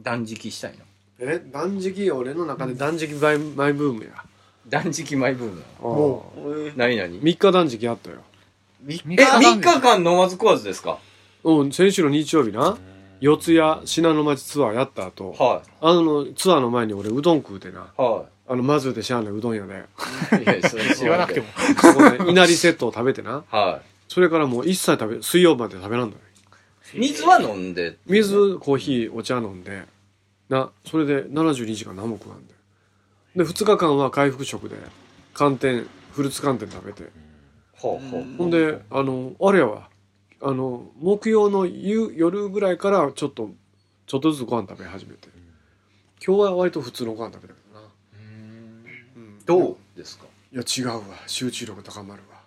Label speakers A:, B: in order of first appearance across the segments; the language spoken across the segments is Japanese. A: 断食したいの
B: え断食俺の中で断食マイマイブームや
A: 断食マイブームなの
B: も
C: え
A: 何々
B: う3日断食あったよ
C: 3
A: え3日間飲まず食わずですか
B: うん先週の日曜日な四谷信濃町ツアーやった後
A: は
B: あのツアーの前に俺うどん食うてない
A: は
B: あのまずうてしゃあないうどん屋で
A: いいやそれ
D: 言わなくても
B: そこでいなりセットを食べてな
A: は
B: それからもう一切食べ水曜まで食べらんだよ
A: い水は飲んで
B: 水コーヒーお茶飲んでなそれで72時間何も食わんでで2日間は回復食で寒天フルーツ寒天食べて
A: ほうほう
B: ほんであのあれやわあの木曜の夕夜ぐらいからちょっとちょっとずつご飯食べ始めて今日は割と普通のご飯食べたけどな、うん
A: どうですか
B: いや違うわ集中力高まるわ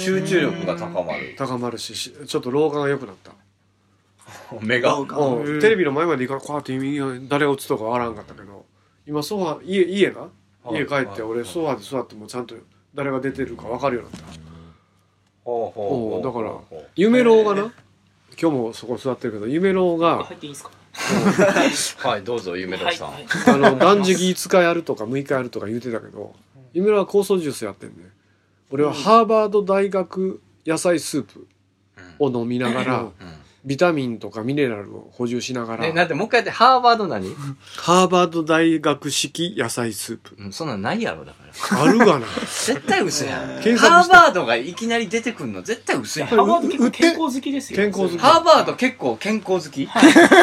A: 集中力が高まる
B: 高まるししちょっと老眼が良くなった
A: 目が
B: うんテレビの前まで行からこうやって右側に誰が打つとかわからんかったけど今ソファ家家な家帰って俺ソファで座ってもちゃんと誰が出てるか分かるようになった
A: ほうほうほう
B: おう夢郎がな今日もそこ座ってるけど夢郎が
D: 入っていいですか
A: らはいどうぞ夢田さん
D: はい
B: あの 断食5日やるとか6日やるとか言うてたけど夢郎は酵素ジュースやってんね俺はハーバード大学野菜スープを飲みながらビタミンとかミネラルを補充しなが
A: ねな
B: ら
A: んてもう一回やってハーバード何
B: ハーバード大学式野菜スープ
A: うんそんなんないやろだから
B: あ るがな
A: 絶対嘘やん
B: 検
A: ハー
B: 索し
A: バードがいきなり出てくんの絶対嘘やん
D: ハーバード結構健康好きですよ
B: 健康好き
A: ハーバード結構健康好き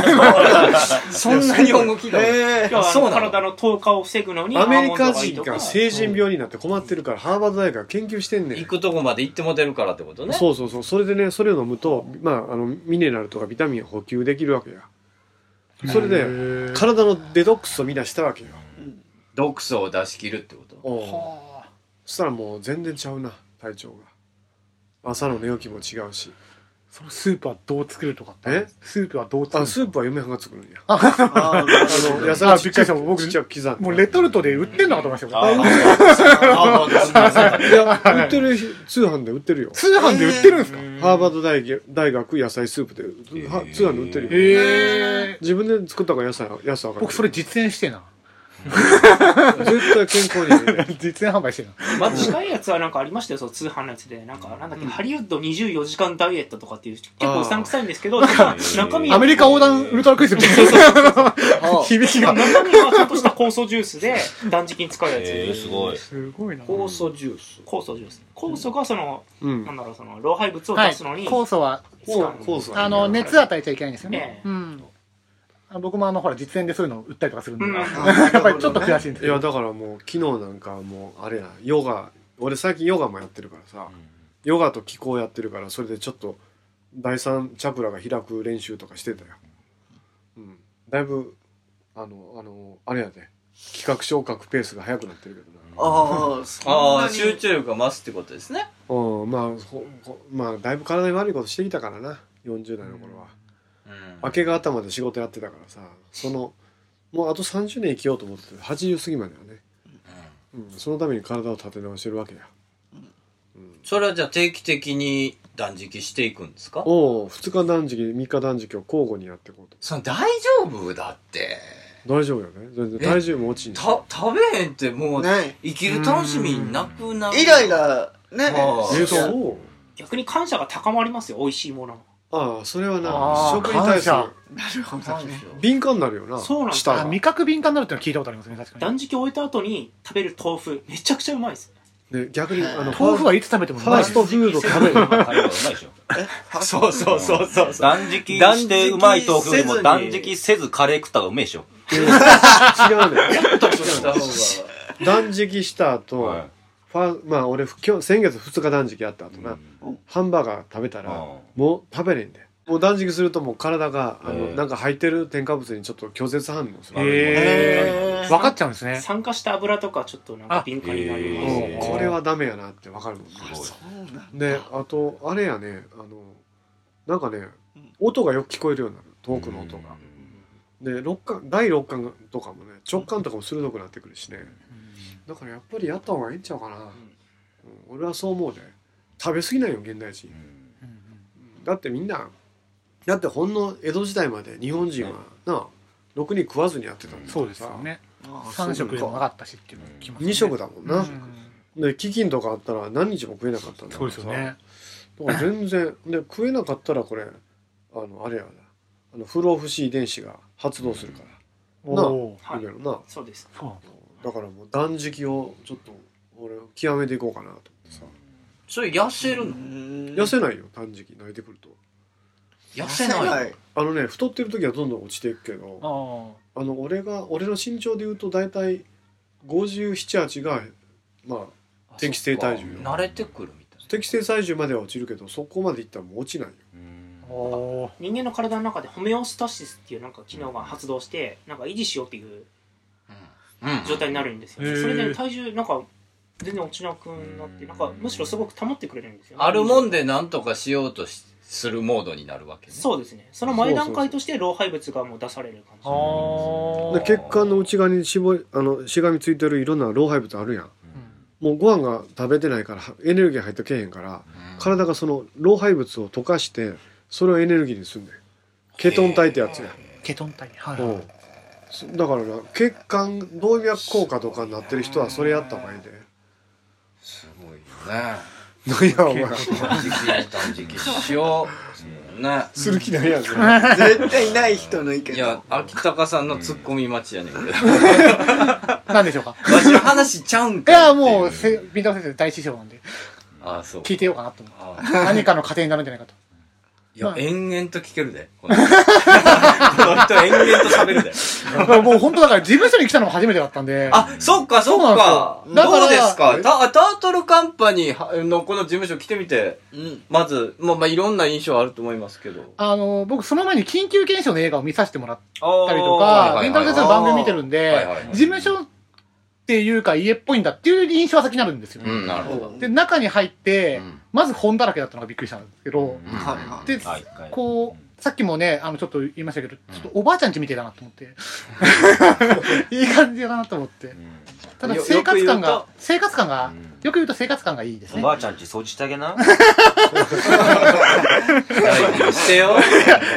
A: そんな日本語聞いたことない
C: え
D: 今日は
A: そう
D: あ
A: な
D: の
A: の
D: 体の透過を防ぐのに
B: アメリカ人
D: アーモンドがいいとか
B: が成人病になって困ってるから、ハーバード大学が研究してんねん
A: 行。くとこまで行っても出るからってことね
B: そうそうそう。それでね、それを飲むと、まあ、あの、ミネラルとかビタミンを補給できるわけや。それで、体のデトックスをみんなしたわけよ。
A: 毒素を出し切るってこと
B: おうそしたらもう全然ちゃうな、体調が。朝の寝起きも違うし。
D: そのスープはどう作るとかって
B: え
D: スープはどう作
B: あ、
D: る
B: スープは嫁はんが作るんや。
C: あ
B: あの、野
D: あ
B: 菜をちっちゃ
D: びっくりした
B: く、
D: 僕
B: ちっちゃく刻んで。
D: もうレトルトで売ってんのかと思いましたよ
C: ああ
B: いや、売ってる、通販で売ってるよ。
D: 通販で売ってるんですか
B: ハーバード大学大学野菜スープで、は通販で売ってるよ。
D: へえ
B: 自分で作った方が安さ安さ分かる
D: 僕それ実演してな
B: 絶対健康にい いね
D: 実演販売してな
E: まあ、近いやつはなんかありましたよ、その通販のやつで。なんか、なんだっけ、ハリウッド24時間ダイエットとかっていう、結構うさんくさいんですけど、なんか中身
D: ア
E: は、
D: メリカ横断ウルトラクイズみたい な響き
E: 中
D: が
E: 身はちゃんとした酵素ジュースで断食に使うやつ。
C: えすごい
D: すごいな
A: 酵素ジュース
E: 酵素ジュース。酵素がその、
B: うん
E: なんだろう、その、老廃物を
D: は
E: 出
D: い
E: すのに、
D: 酵素は
E: 使う。
B: 酵素
D: あの熱与えちゃいけないんですよね
E: ね
D: うんあ僕もあのほら実演でそういうの売ったりとかするんで
E: うん
D: やっぱりちょっと悔しいんで
B: い
D: すけど
B: やだからもう昨日なんかもうあれやヨガ俺最近ヨガもやってるからさ、ヨガと気候やってるからそれでちょっと第三チャクラが開く練習とかしてたよ、うん、だいぶあのあのあれやで企画昇格ペースが速くなってるけどな
C: あ
A: ああ集中力が増すってことですね
B: うんまあほほまあだいぶ体に悪いことしてきたからな40代の頃は、明け方まで仕事やってたからさそのもうあと30年生きようと思ってて80過ぎまではね、うんそのために体を立て直してるわけや
A: それはじゃあ定期的に断食していくんですか
B: おお2日断食3日断食を交互にやっていこうと
A: その大丈夫だって
B: 大丈夫よね全然体重も落ちんした
A: 食べへんってもう
C: ね
A: 生きる楽しみなくなる
C: イライラね
A: あ
B: えそう
E: 逆に感謝が高まりますよ、美味しいもの
B: ああそれはな
D: あー
B: 食に対する
D: 感謝
C: なるほどね
B: 敏感になるよな
E: そうなんだ
B: 舌
D: あ
B: が
D: 味覚敏感になるっていうの聞いたことありますね確かに
E: 断食を終えた後に食べる豆腐、めちゃくちゃうまいです。
B: で逆にあの
D: 豆腐はいつ食べてもう
B: フ
D: ま
B: ァー
D: いです
B: ストフード食べる
A: そうそうそうそうそう
F: 断食してうまい豆腐よりも断食せずカレー食った方がうめえでしょ。
B: 違うね
A: した方が
B: 断食した後、
F: はい
B: ファまあ俺今日先月2日断食やった後な、ハンバーガー食べたら、
F: うん
B: もう食べれんでもう断食するともう体があの、
F: ええ
B: なんか入ってる添加物にちょっと拒絶反応する、
D: へえ分かっちゃうんですね
E: 酸化した油とかちょっとなんか敏感になります
B: もう
E: ね。
B: これはダメやなってわかるもんねであとあれやねあのなんかね音がよく聞こえるようになる遠くの音が、で六感第六感とかもね直感とかも鋭くなってくるしね、だからやっぱりやった方がいいんちゃうかな、うん俺はそう思うで食べ過ぎないよ現代人、だってみんなだってほんの江戸時代まで日本人は、なあろくに食わずにやってたんだから
D: そうですよね3食でもなかったしっていうのがきますね
B: 2食だもん
D: う
B: な、
D: ん
B: で飢饉とかあったら何日も食えなかったんだか
D: そう
B: ら
D: です
B: さ
D: よね
B: だから全然で食えなかったらこれあのあれやなあの不老不死遺伝子が発動するから、
D: お
B: なあ
D: おー
E: はい
B: いろいろな
E: そうです
D: そうなんだ
B: だからもう断食をちょっと俺極めていこうかなと思ってさ
F: それ痩せるの
B: 痩せないよ断食泣いてくると
F: 痩せない
C: い
B: あのね太ってる時はどんどん落ちていくけど
D: あー
B: あの俺が俺の身長で言うと大体578がまあ適正体重よ
F: あそっか慣れてくるみたいな
B: 適正体重までは落ちるけどそこまでいったらもう落ちないよ
D: おー
E: 人間の体の中でホメオスタシスっていうなんか機能が発動してなんか維持しようっていう
F: うん
E: 状態になるんですよ、
D: へー
E: それで体重なんか全然落ちなくなってなんかむしろすごく保ってくれるんですよね、
F: あるもんで何とかしようとしするモードになるわけね
E: そうですねその前段階として老廃物がもう出される感じ
B: で
D: あー
B: 血管の内側にしぼあのしがみついてるいろんな老廃物あるやんもうご飯が食べてないからエネルギー入ってけえへんから体がその老廃物を溶かしてそれをエネルギーにすんねんケトン体ってやつや
D: ケトン体はい
B: うんそだからな血管動脈硬化とかになってる人はそれやった方がいいで
F: すごいよね
B: いやお前
F: 断食断食しようね
B: する気ないやんね
C: 絶対ない人の意見
F: いや秋高さんのツッコミ待ちやねんけど
D: なんでしょうか
F: わしの話ちゃうん
D: い
F: か
D: やもう
F: ってい
D: せビンタ先生大師匠なんで
F: あそう
D: 聞いてようかなと 思って
F: あ
D: 何かの糧になるんじゃないかと
F: いや
D: まあ
F: 延々と聞けるでこの人この人延々と喋るで
D: だからもう本当だから事務所に来たのも初めてだったんであ
F: あ、そっか、そっか。
D: そうなんですよ
F: どうで
D: だ
F: すか
D: か
F: タタートルカンパニーのこの事務所来てみて、
C: うん
F: まず、まあ、まあ、いろんな印象あると思いますけど。
D: の僕その前に緊急検証の映画を見させてもらっ
F: あ
D: たりとかビンタ先生の
C: は
D: 番組見てるん
F: はい
D: で
F: はいはい
D: 事務所っていうか家っぽいんだっていう印象は先になるんですよ
F: うん、なるほど。
D: で中に入って
F: うん
D: まず本だらけだったのがびっくりしたんですけど
F: うん
C: はい
D: で
F: はいはい
D: こう、さっきもね、あの、ちょっと言いましたけど、ちょっとおばあちゃんちみてえだなと 思って。いい感じだなと思って。ただ
F: よ
D: 生活感
F: よ
D: が
F: く、
D: 生活感が
F: うん、
D: よく言うと生活感がいいです
G: お
D: ね。
G: ばあちゃんち掃除してあげな。
F: はいしてよ。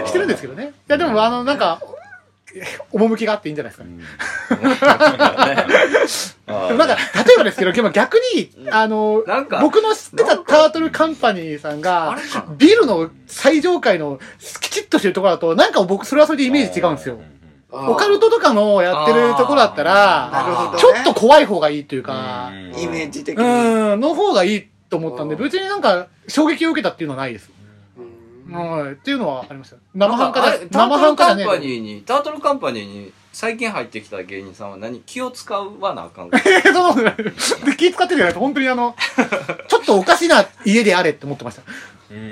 D: してるんですけどね。いや、でも、あの、なんか、趣があっていいんじゃないですかね。 でもなんか、例えばですけど、でも逆に、あの、
F: なんか
D: 僕の知ってたタートルカンパニーさんが、ビルの最上階のきちっとしてるところだと、なんか僕、それはそ れでイメージ違うんですよ。オカルトとかのやってるところだった
C: なる
D: ら、
C: ほどね
D: ちょっと怖い方がいいというか、
C: イメージ的
D: う
C: には
D: ん、の方がいいと思ったんで、
B: うん
D: 別になんか衝撃を受けたっていうのはないです。はい。っていうのはありました。生半可
F: あ
D: だ
F: れ。ター
D: 生
F: トル
D: 半可
F: カ
D: だ
F: ン
D: ね。
F: パニーに、タートルカンパニーに最近入ってきた芸人さんは何気を使わなあ かんか。
D: え そうで気使ってるじゃないと、本当にあの、ちょっとおかしな家であれって思ってました。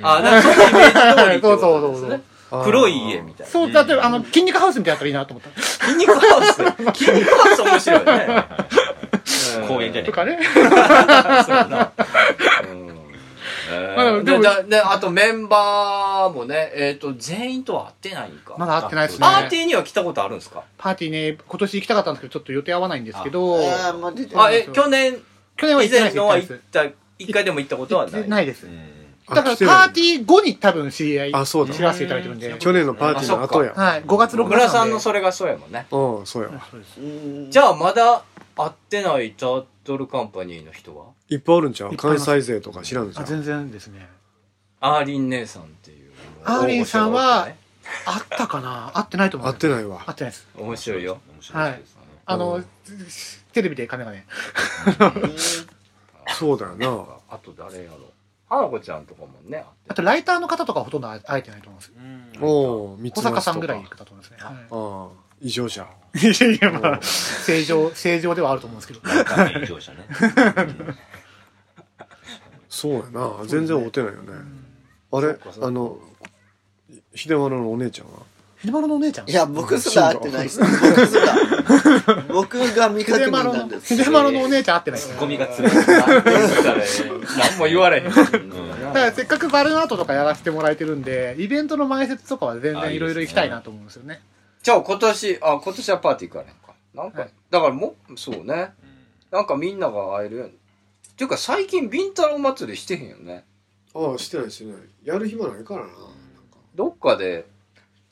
F: あ、なんかそのイメージ通りって
D: そ
F: こ
D: うそ
F: とで
D: う そう
F: す
D: そ
F: ね
D: う。
F: 黒い家みたいな。
D: そう、例えば、あの、筋肉ハウスみたいなったらいいなと思った。
F: 筋肉ハウス筋肉ハウス面白いね。
G: 公園じゃね
D: とかね。
F: そうやな。 うんえ
D: まあで
F: ー
D: もでも
F: でだであとメンバーもね、えっ、と、全員とは会ってないんか。
D: まだ会ってないですね
F: パーティーには来たことあるんですか
D: パーティーね、今年行きたかったんですけど、ちょっと予定合わないんですけど、
C: あーもう出て
F: あ、
C: ない
F: え、去年、
D: 去年は
F: 以
D: 行ってない
F: 前
D: です。
F: のは
D: 行って
F: 行った、一回でも行ったこと
D: な
F: はいない。
D: です行ってないです。
B: あ
D: だから
B: 来て
D: パ
B: ない
D: ーティー後に多分知り合い、
B: あそうだ
D: 知らせていただいてるんで。はい。
B: 去年のパーティーの後や
D: 5月
F: 野
D: 6月。
F: 村さんのそれがそうやもんね。
B: うんそうや
D: そうです。
C: うん
F: じゃあまだ会ってないタートルカンパニーの人はい
B: っぱいおるんちゃ
D: いうっぱい
B: 関
D: います
B: 西勢とか知らんのちゃう
D: 然ですね。
F: アーリン姉さんっていう。
D: アーリンさんは
F: 大御所のね
D: あったかな会ってないと思う。
B: 合ってない
D: 会
B: わ
D: ってないです。
F: 面白いよ。
D: はい。あの、テレビで金がね。
B: そうだよな
F: あと誰やろ花子ちゃんとかもね、
D: あと、ライターの方とかはほとんど会えてないと思います。
B: おお三
D: 小坂さんぐらいだと思いますね。は
B: ああ異常者
D: い いやいや、まあ、正常、正常ではあると思うんですけど。
G: 異常者ね。
B: そうやな全然会うてないよねあれ
F: そうかそうか
B: あの秀丸のお姉ちゃんは
D: ひでまろのお姉ちゃん
C: いや僕すら会ってないです僕すら僕が未
D: ひで
C: 確
D: まろ
C: 認
D: の
C: なんで、す
D: ひでまろのお姉ちゃん会ってないですね。
G: ゴミがつぶれ
F: 何も言われへん。
D: だからせっかくバルーンアートとかやらせてもらえてるんで、イベントの前説とかは全
G: あ
D: 然
G: い
D: い
G: いですね
D: ろいろ行きたいなと思うんですよね。
F: じゃあ今年、あ、今年はパーティー行かれへんか。なんか、
D: はい
F: だからもう、そうね。なんかみんなが会えるように。っていうか最近、ビンタロウ祭りしてへんよね。
B: ああしてないしてないやる暇ないからな
F: どっかで、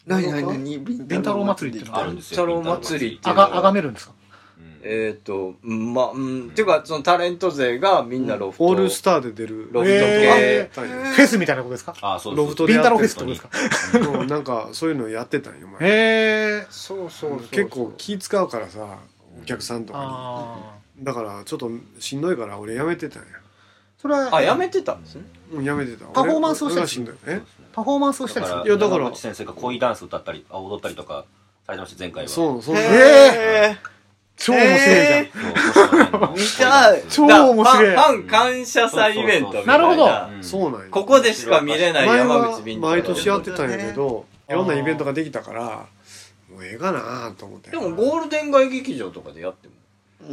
C: 何何何
D: ビンタロウ祭りってのが
G: あるんですよ。
F: 太郎祭りって
D: あ
F: いうの
D: が、あがめるんですか
G: うん
F: えっ、と、うんまあ、うん、っていうか、そのタレント勢がみんなロフト。
B: オールスターで出る
F: ロフト
D: え
F: 系。
B: タイプ
D: フェスみたいなことですか
G: あ、そう
B: ロフト
D: ビンタ
B: ウ
D: ロウフェスってことですか
B: うんなんかそういうのやってたんよ前
D: へえ。
F: そうそうそうそう
B: 結構気使うからさお客さんとか
D: ああ。
B: にだからちょっとしんどいから俺やめてたんや
D: それは、
F: あ、やめてたんですね。
B: うんやめてた
D: パフォーマンスをし
B: 俺
D: たり
B: が
D: す
B: し
D: る
B: んどいえ
D: パフォーマンスをし
G: だ
D: たり
G: か
D: する
G: ら、
B: いやだから
G: 山口先生が恋ダンス歌ったり、あ踊ったりとかされてました、前回は。
B: そうそう
C: え
D: 超面白いじゃん。
C: え
G: そう。そうそう
C: 見たい
D: 超面白い
F: だ。からファンファン感謝祭イベントみたいな。
D: なるほど
G: うん
B: そうなんや
F: ここでしか見れない
B: 前
F: 山口
B: は
F: 敏太郎。
B: 毎年やってたんやけどい
D: ね
B: ろんなイベントができたからもうええかなと思って
F: でもゴールデン街劇場とかでやっても。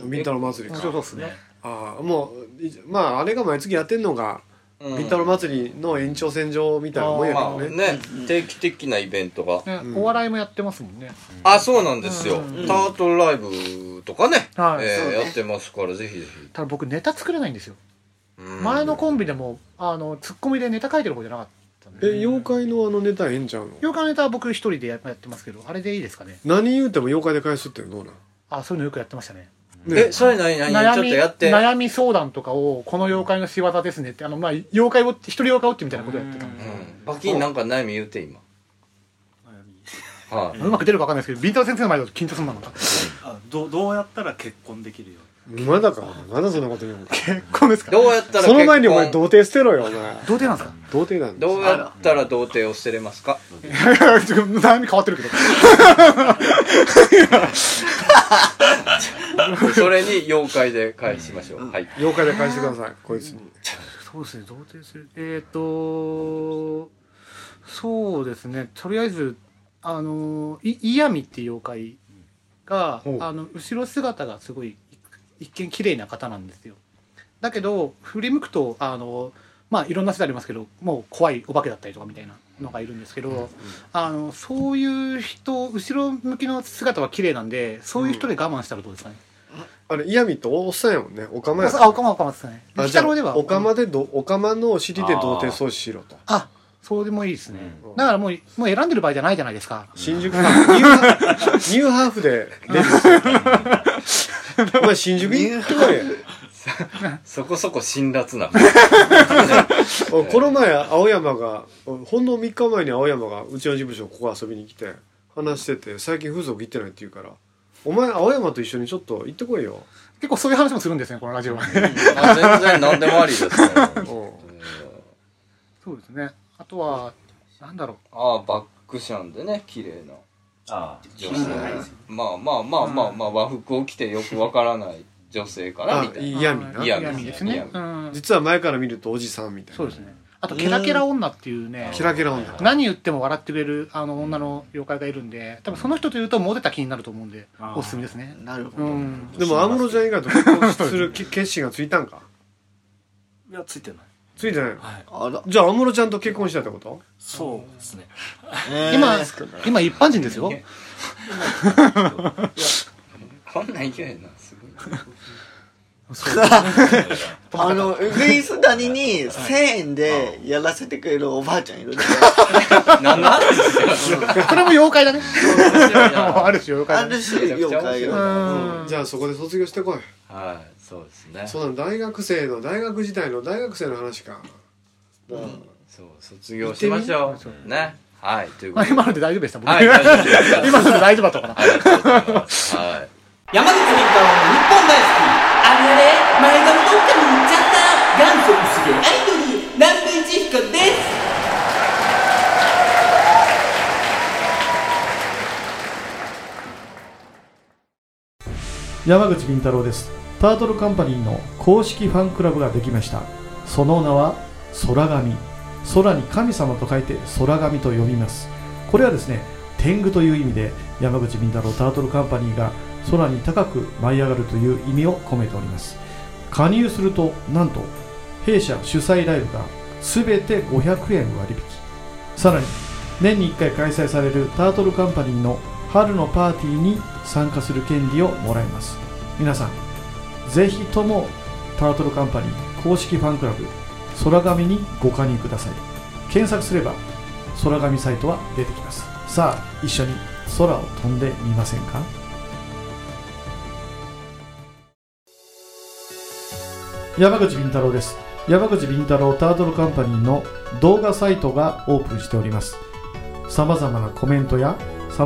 B: ビンタロ祭り
D: 面
B: か
D: 白そうですね。
B: ああもういまああれが毎月やってんのが
F: うん
B: ビンタロ祭りの延長線上みたいなもんや
F: まあ
B: けどね
F: ね、定期的なイベントが。
B: う
D: ね
B: ん
D: お笑いもやってますもんね。
F: あ、そうなんですよ。
D: うん
F: タートルライブとかね、
D: はい
F: えー
C: そうね
F: やってますから、ぜひぜひ。
D: ただ僕ネタ作れないんですよ。
F: うん
D: 前のコンビでも、あの、ツッコミでネタ書いてる方じゃなかったん
B: え
D: で。
B: 妖怪のあのネタええんちゃうの
D: 妖怪ネタは僕一人でややってますけど、あれでいいですかね。
B: 何言うても妖怪で返すってどうなん
D: あ、そういうのよくやってましたね。
B: ね
F: え、それ何何ちょ
D: 悩
F: っと
D: み、
F: やって。
D: 悩み相談とかを、この妖怪の仕業ですねって、あの、まあ、妖怪を、一人妖怪をってみたいなことをやってた。
F: う。
D: うん
F: バキンなんか悩み言うて、今。はい。
D: まく出るかわかんないですけど、ビンタロウ先生の前だと緊張するなのか。
A: あどうどうやったら結婚できるよ
B: まだかまだそんなこと言うの
D: 結婚ですか
F: どうやったら
B: その前にお前
F: 結婚
B: 童貞捨てろよお前
D: 童貞なんですか
B: 童貞なんだ
F: どうやったら童貞を捨てれます か
D: ちょっと悩み変わってるけど。
F: それに妖怪で返しましょう。はい。
B: 妖怪で返してくださいこいつに
D: そうですね、童貞する。えっ、と、そうですね、とりあえず、あの、いイヤミっていう妖怪が、
B: ほう
D: あの、後ろ姿がすごい、一見綺麗な方なんですよ。だけど、振り向くと、あの、まあ、いろんな世代ありますけど、もう怖いお化けだったりとかみたいなのがいるんですけど、あの、そういう人、後ろ向きの姿は綺麗なんで、そういう人で我慢したらどうですかね。
B: あれ嫌味とおっさんやもんねおかまや
D: あ、おかまおかまですかね。
B: あ
D: 鬼
B: じゃ
D: 太
B: あ
D: 郎では。
B: おかまでどおかまのお尻で童貞阻止しろと
D: あ、そうでもいいですね。
B: うん
D: だからもう、もう選んでる場合じゃないじゃないですか。
B: 新宿かニューハーフニューハーフでデビュー するお前新宿行ってこ
F: そこそこ辛辣な。
B: いおいこの前青山がおいほんの3日前に青山がうちの事務所ここ遊びに来て話してて最近風俗行ってないって言うからお前青山と一緒にちょっと行ってこいよ
D: 結構そういう話もするんですね、このラジオはね。
F: まあ全然何でもありですね。
B: うん
D: そうですね。あとは、なんだろ
F: ああ、バックシャンでね、綺麗な
G: ああ
F: 女性。まあまあまあまあまあ、和服を着てよくわからない女性からみ
B: あ
F: たいな。
B: 嫌味
D: う。
B: な
F: 嫌
D: 嫌
F: 味
D: 味ですね。
F: 嫌
D: うん。
B: 実は前から見るとおじさんみたいな
D: そうですね。あと、ケラケラ女っていうね、
B: キラキラ女
D: 何言っても笑ってくれる、あの、女の妖怪がいるんで、多分その人と言うとモテた気になると思うんで、
A: あー
D: おすすめですね。
C: なるほ
D: う
C: ど、
D: ん。
B: でも安室ちゃん以外と結婚するき決心がついたんか
A: いやついてない
B: ついてないの
A: はい
C: あら
B: じゃあ安室ちゃんと結婚したってこと
A: そうですね
D: 今
C: えー、
D: 今一般人ですよ。
F: こんなん嫌いな、すごい。
C: あのウグイス谷に1000円でやらせてくれるおばあちゃんいるんだよ
F: な、なん で
D: それも妖怪だね。
F: は
D: ある種妖
C: あ
D: 怪だね
C: る。種妖怪
D: う
C: よ
D: ん。
B: じゃあそこで卒業してこい
F: い、そうですね。
B: そうなの大学生の大学時代の大学生の話か
F: そう、卒業しましょう。ね。はい、というこ
D: まあ
F: とで。
D: 今ので大丈夫でした、僕。
F: はい、大丈夫です
D: 今ので大丈夫だったかな。
F: ありがとうございます。はい。
H: 山口み太郎の日本大好きあれあれ前髪どっかに行っちゃった元祖薄毛アイドル南部一彦です
I: 山口敏太郎ですタートルカンパニーの公式ファンクラブができましたその名は空神空に神様と書いて空神と呼びますこれはですね天狗という意味で山口敏太郎タートルカンパニーが空に高く舞い上がるという意味を込めております加入するとなんと弊社主催ライブが全て500円割引さらに年に1回開催されるタートルカンパニーの春のパーティーに参加する権利をもらえます皆さんぜひともタートルカンパニー公式ファンクラブ空紙にご加入ください検索すれば空紙サイトは出てきますさあ一緒に空を飛んでみませんか山口敏太郎です山口敏太郎タートルカンパニーの動画サイトがオープンしておりますさまざまなコメントやさ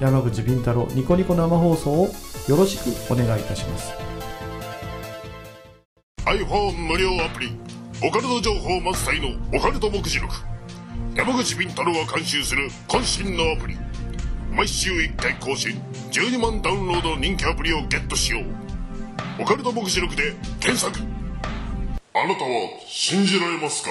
I: 山口敏太郎ニコニコ生放送をよろしくお願いいたします
J: iPhone 無料アプリオカルト情報満載のオカルト目次録山口敏太郎が監修する渾身のアプリ毎週1回更新12万ダウンロードの人気アプリをゲットしようオカルト目次録で検索あなたは信じられますか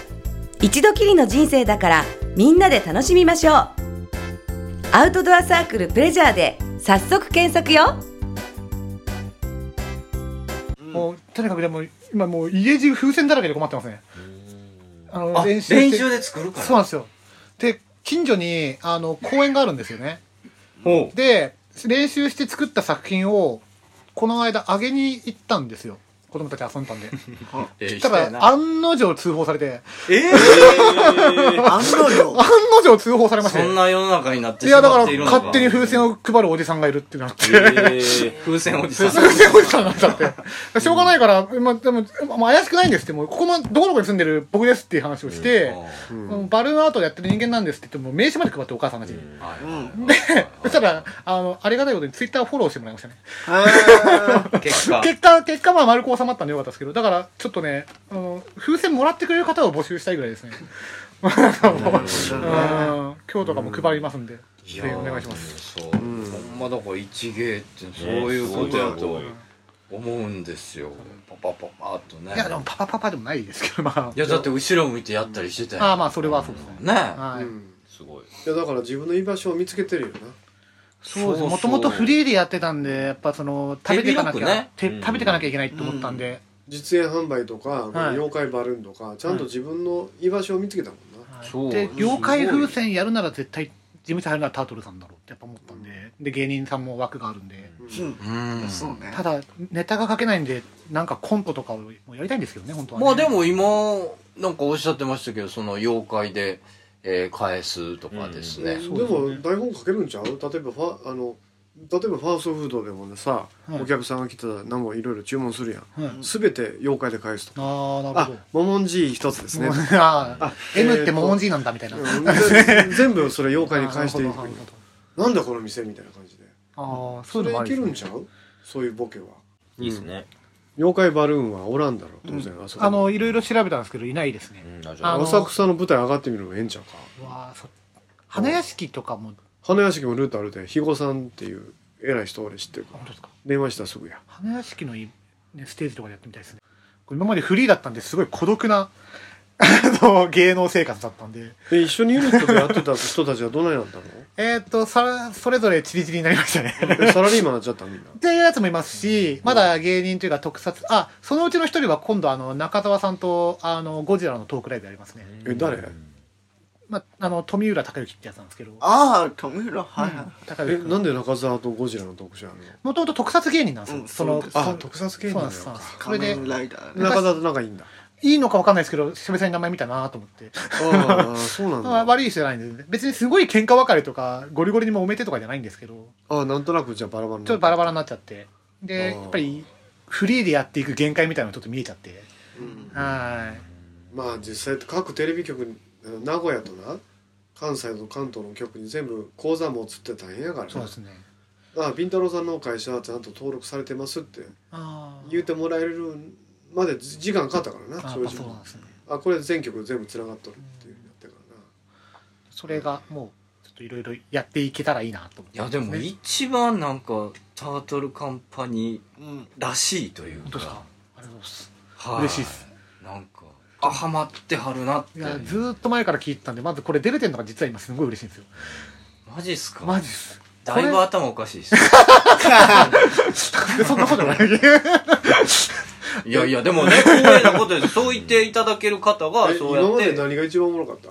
K: 一度きりの人生だからみんなで楽しみましょうアウトドアサークルプレジャーで早速検索よ
D: もうとにかくでも今もう家中風船だらけで困ってますねあの
L: あ
D: して
L: 練習で作るから
D: そうなんですよで近所にあの公園があるんですよねで練習して作った作品をこの間あげに行ったんですよ子供たち遊んだ んでただ案の定通報されて
L: ええ
D: 案の定案の定通報されました
L: そんな世の中になって
D: い
L: し
D: やだ
L: ま
D: から
L: っているのか
D: 勝手に風船を配るおじさんがいるってなって、
L: えー風船おじさん
D: 風船おじさんになっちゃ ってしょうがないから、まあ、でも、まあ、怪しくないんですってもうここもどこどこに住んでる僕ですっていう話をして、うんバルーンアートをやってる人間なんですって言ってもう名刺まで配ってお母さんたちに、でそしたらあのありがたいことにツイッターフォローしてもらいましたね
L: 結果
D: 結果結果まあ丸く収まったんでよかったですけどだからちょっとねあの風船もらってくれる方を募集したいぐらいですね うん今日とかも配りますんで、ぜひお願いします
F: そう、ほんまだから一芸ってそういうことやと思うんですよパパパパッとね
D: いやでもパパパパでもないですけどまあ
F: いやだって後ろ向いてやったりしてたやん
D: ああまあそれはそうです
F: ね
D: ねはい
F: すごい
B: いやだから自分の居場所を見つけてるよな
D: そうですもともとフリーでやってたんでやっぱその食べていかなき
B: 手
D: ゃ、
B: 広くね
D: 手食べていかなきゃいけないと思ったんで、
B: 実演販売とか、
D: はい
B: 妖怪バルーンとかちゃんと自分の居場所を見つけたもんな、
D: で妖怪風船やるなら絶対事務所入るならタートルさんだろうってやっぱ思ったんで、で芸人さんも枠があるんで、
F: うんそうね
D: ただネタが書けないんでなんかコントとかをやりたいんですけどね本当は、ね、
F: まあでも今なんかおっしゃってましたけどその妖怪で、えー返すとかですね、
B: でも台本書けるんちゃう例えばファあの例えばファーストフードでもねさ、
D: はい
B: お客さんが来たら何もいろいろ注文するやん、
D: はい
B: 全て妖怪で返すと
D: あーなる
B: あ
D: ほど
B: モモンジー一つですね
D: もう あー M ってモモン
B: ジ
D: ジーなんだみたいな、
B: 全部それ妖怪に返していく
D: あーなるほどなる
B: なんだこの店みたいな感じで
D: ああ
B: そ
D: そういう
B: れ
D: のもあ
B: い
D: り
B: け
D: です
B: る
D: ね
B: んちゃうそういうボケはい
G: いですね、
B: 妖怪バルーンはおらんだろ当然、あそこ
D: あのいろいろ調べたんですけどいないですね、あの
B: 浅草の舞台上がってみるのもええんちゃうか
D: わあそ花屋敷とかも
B: 花屋敷もルートあるで肥後さんっていう偉い人俺知ってるから電話したらすぐや
D: 花屋敷のい、ね、ステージとかでやってみたいですねこれ今までフリーだったんですごい孤独な あの芸能生活だったんで
B: で一緒にユニットでやってた人たちはどないなったの
D: えーっとさそれぞれチリチリになりましたね
B: えサラリーマンになっちゃったみんな
D: っていうやつもいますしまだ芸人というか特撮あそのうちの一人は今度あの中澤さんとあのゴジラのトークライブやりますね
B: え誰
D: まあ、あの富浦隆之ってやつなんですけど
B: ああ富浦はい
D: 高
B: えなんで中澤とゴジラの特集あるの
D: もともと特撮芸人なんですよ、その
B: あ特撮芸人なの
D: そう
B: か
D: なんですそれ
B: 仮
D: で
B: 面ライダーね中澤と仲いいんだ
D: いいのかわかんないですけど久々に名前見たなと思って
B: ああそうなんだ
D: まあ悪い人じゃないんですね別にすごい喧嘩別れとかゴリゴリにも揉めてとかじゃないんですけど
B: ああなんとなくじゃあバラバラに
D: ちょっ
B: な
D: とバラバラになっちゃってでやっぱりフリーでやっていく限界みたいなのがちょっと見えちゃって、は
B: まあ実際各テレビ局名古屋とな関西と関東の局に全部口座持つって大変やから
D: そうですね
B: ああビンタロウさんの会社はちゃんと登録されてますって
D: あ
B: 言ってもらえるまでじ時間かかったからな
D: あ
B: 正
D: そうな
B: 直
D: んですね
B: あこれ全局全部つながっとるっていうふうになってから
D: それがもうちょっといろいろやっていけたらいいなと思って
F: いやでも一番なんかタートルカンパニーらしいというか、
D: ありがとうございます
F: はい
D: 嬉しいです
F: なんかあハマってはるなって
D: いやずーっと前から聞いてたんでまずこれ出れてるのが実は今すごい嬉しいんですよ
F: マジっすか
D: マジっす
F: だい
D: こ
F: ぶ
D: れ
F: 頭おかしいっす
D: そんなことない
F: いやいやでもね光栄なことですそう言っていただける方が
B: え
F: そうや
B: 今
F: っ
B: まで
F: て
B: 何が一番おもろかった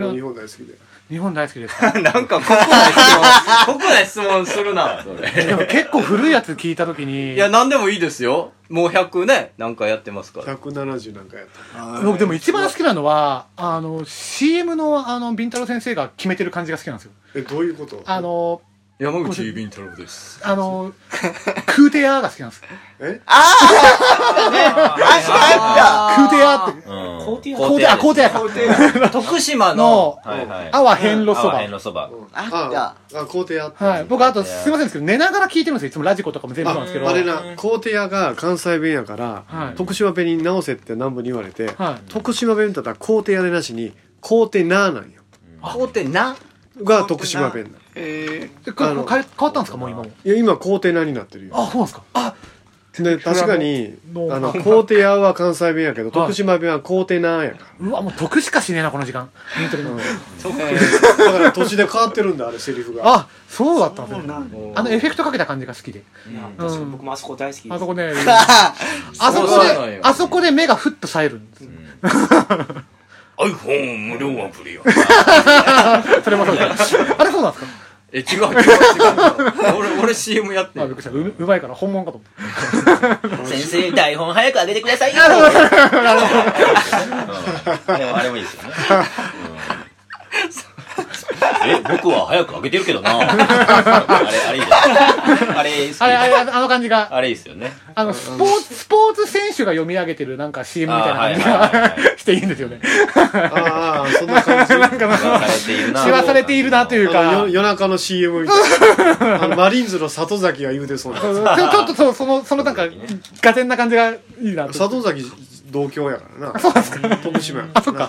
D: や
B: 日本大好きで
D: 日本大好きです
F: なんかここここで質問するなそ れ
D: でも結構古いやつ聞いた時に
F: いや何でもいいですよもう100ねなんかやってますから
B: 170なんかやった
D: 僕でも一番好きなのはあの CM のあのビンタロウ先生が決めてる感じが好きなんですよ
B: えどういうこと
D: あの
F: 山口ビンタロウです
D: あのクーテアーが好きなんです
B: え
D: あ
F: あ
D: クーテアーって
F: コーテ
D: コーテアーコーテアー
F: か徳島の
G: はいはい
D: 阿波遍路そば
G: 阿波遍路そば
B: ああ工程あった
D: はい、僕あとすみませんですけど寝ながら聞いてるんですよいつもラジコとかも全部そうなんですけど
B: ああれな工程屋が関西弁やから、
D: はい
B: 徳島弁に直せって南部に言われて、
D: は
B: 徳島弁だったら工程屋でなしに工程ななんよ
F: 工程な
B: が徳島弁な
F: え
D: えこれもう変え変わったんですかもう今も
B: いや今工程なになってるよ
D: あそうなんですか
B: で確かに
D: ノー
B: あの工程屋は関西弁やけど徳島弁は工程なやから
D: うわもう得しかしねえなこの時 間本当に
B: だから土地で変わってるんだあれセリフが
D: あそうだったんですねあのエフェクトかけた感じが好きで
E: 確かに僕もあそこ大好きです
D: あそこ ね
E: あ
D: あそこ
E: そうなん
D: で
E: よ
D: あそこで目がふっと冴えるんです
F: iPhone 無料アプリよ
D: それもそうですあれそうなんです か
F: え違う違う違う俺俺 CM やって
D: あびっくりしたううまいから本物かと思
F: る
H: 先生台本早くあげてくださいよ
G: あれ はあれもいいですよね。え、僕は早く上げてるけどな。あれ、あれいいですね。あれ
D: あ
G: 好き、
D: れあれあの感じが
G: あれいいですよね。
D: あのスポーツスポーツ選手が読み上げてるなんか CM みたいな感じが していいんですよね
B: ああそんな感じ
D: なんか
G: まあ
D: しわされているなという
B: あの
D: か
B: よ夜中の CM みたい なあのマリーンズの里崎が言うてそうな
D: そうちょちょっとそうそのそのなんかガテンな感じがいいなと
B: 里崎同郷やからなそうですか徳島あそっか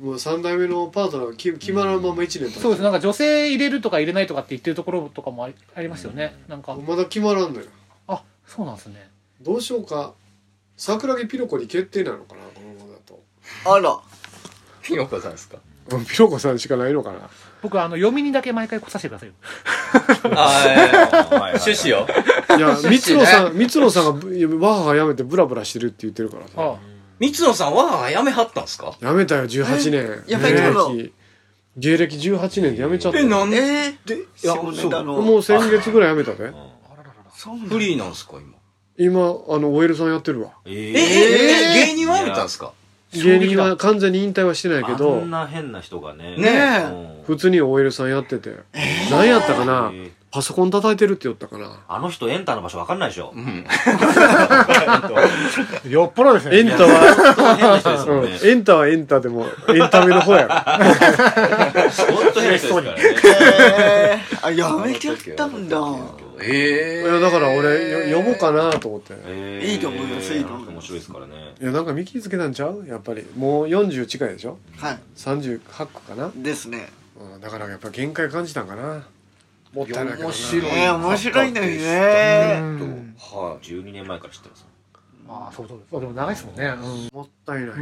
B: もう3代目のパートナーがき決まらんまま1年と
D: そうですなんか女性入れるとか入れないとかって言ってるところとかもありありますよねなんか
B: まだ決まらんのよ
D: あそうなんですね
B: どうしようか桜木ピロコに決定なのかなこのままだと
C: あら
F: ピロコさんですか
B: ピロコさんしかないのかな
D: 僕あの読みにだけ毎回来させてくださいよ
F: あ趣旨よ
B: いや三野さん三野さんがいやわははやめてブラブラしてるって言ってるからさ
F: 三野さんはやめはったんですか
B: やめたよ18年
F: やめたの
B: 芸歴芸歴18年でやめちゃった
F: えなんで
C: で
F: いや
C: そうねだろう
B: もう先月ぐらいやめたで
F: フリーなんですか今
B: 今あの OL さんやってるわ
F: え
B: え
F: 芸人はやめたんですか
B: 芸人は完全に引退はしてないけ
G: こ
B: ど
G: んな変な人がね。
B: ね普通に OL さんやってて、何やったかな、パソコン叩いてるって言ったかな
G: あの人エンターの場所わかんないでしょ。
D: よっぽどです
B: エンタは、うんエンタはエンタでもエンタメの方やろ
G: 本当に嬉しそうに。
C: えーあやめちゃったんだ
F: え
B: いやだから俺よ呼ぼうかなと思って、
C: いいと思いますいいと思い
G: 面白いですからね。
B: いやなんか見切りつけたんちゃうやっぱりもう40近いでしょ
C: はい
B: 38個かな
C: ですね
B: うんだからやっぱ限界感じたんかなもったいないけどな
F: 面白い
C: えー面白いのにね
G: はい。12年前から知ってます。
D: まあそうそうそうでも長いですもんね、うん、
B: もったいないな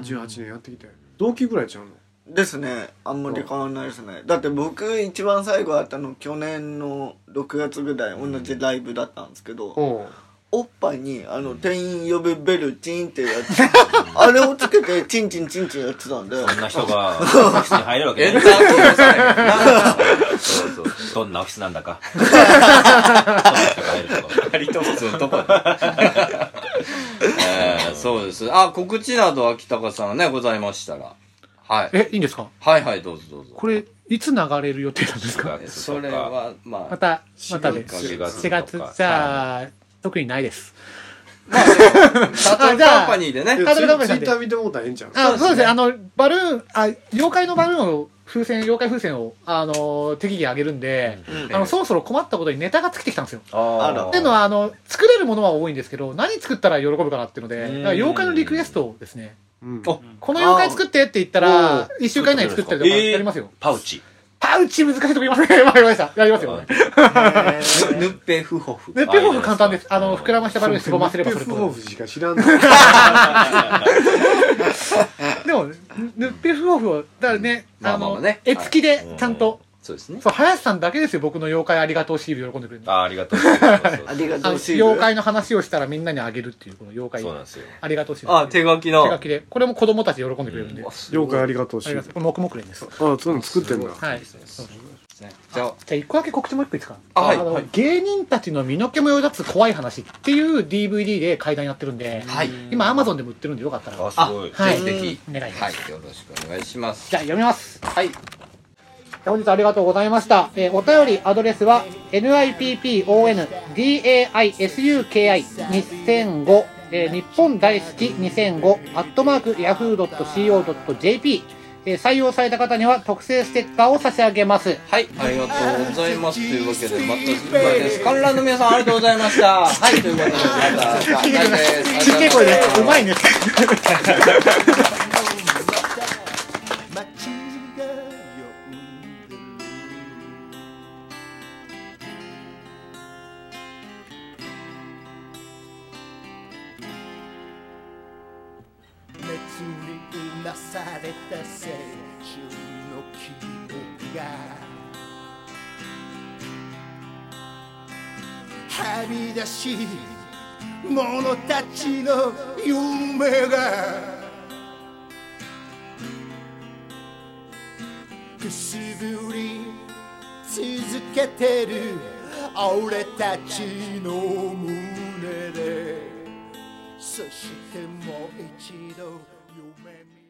B: 18年やってきて同期ぐらいちゃうの
C: ですねあんまり変わんないですねだって僕一番最後会ったの去年の6月ぐらい同じライブだったんですけど、おっぱいにあの店員呼ぶベルチンってやつあれをつけてチンチンチンチンやってたんで
G: そんな人 が、オフィスに入れるわけない。そうそう。どんなオフィスなんだか。
F: 割と普通のとこだ えーそうですあ告知など秋高さんねございましたらはい
D: えいいんですか
F: はいはいどうぞどうぞ
D: これいつ流れる予定なんです か
F: それはまあ
D: またまたで
F: 4月
D: 4月じゃあ特にないですタートルカンパニーでね
B: いや
D: タートルカンパニー
B: ツ
D: さんで
B: イッター見てもうたらええんちゃう
D: あそうですね、あの、バルーン、あ、妖怪のバルーンを、風船、妖怪風船を、あのー適宜あげるんで、
B: うん
D: あの、そろそろ困ったことにネタが尽きてきたんですよ。
B: あら
D: っていうのは、あの、作れるものは多いんですけど、何作ったら喜ぶかなっていうので、だから妖怪のリクエストをですね、
B: あ
D: この妖怪作ってって言った
G: あ
D: ら
G: ー、
D: 1週間以内に作ったりとかやりますよ。
G: パウチ。
D: パウチ難しいとこ言いますね。 わかりました。やりますよ。
F: ヌッペフホフ
D: ね、ペコフ簡単です。あの、膨らましたバルーンすぼませればそれ
B: ペ
D: と。
B: フホフしか知 らんの
D: でも、ヌッペフオフを、だからね、
F: ま
D: あ
F: あまあま
D: の
F: あね、
D: 絵付きで、ちゃんと。
F: そうですね。
D: そう、林さんだけですよ、僕の妖怪ありがとうシール喜んでくれるの。
F: あありがとう。
D: あ
C: りがとうシール
D: 妖怪の話をしたらみんなにあげるっていう、この妖怪。
F: そうなんですよ
D: ありがとうシール。
F: あ手書きの
D: 手書きで。これも子供たち喜んでくれるんで。
B: 妖怪ありがとうシール
D: ありこれ、黙々連です。
B: あそういうの作ってんだ
D: はい。
F: じゃあ、
D: じゃあ一個だけ告知もう一個いいですか
F: あはい
D: の
F: はい
D: 芸人たちの身の毛もよだつ怖い話っていう DVD で階段やってるんで、今アマゾンでも売ってるんでよかったら。
F: あ、すごい。
D: は
F: ぜ
D: い。
F: ひぜひ。
D: お願いします。
F: はい。よろしくお願いします。
D: じゃあ読みます。はい。本日はありがとうございました。えーお便りアドレスは nippondaisuki2005 えー日本大好き2005アットマーク yahoo.co.jp えー採用された方には特製ステッカーを差し上げます。
F: はい。ありがとうございます。というわけで、また次回です。観覧の皆さん、ありがとうございました。はい。ということで、また、
D: ち
F: 次回です。
D: っちゃい声で、うまいね。
M: めつりうなされた青春の記憶がはみ出し者たちの夢がくすぶり続けてる俺たちの胸でそしてもう一度夢見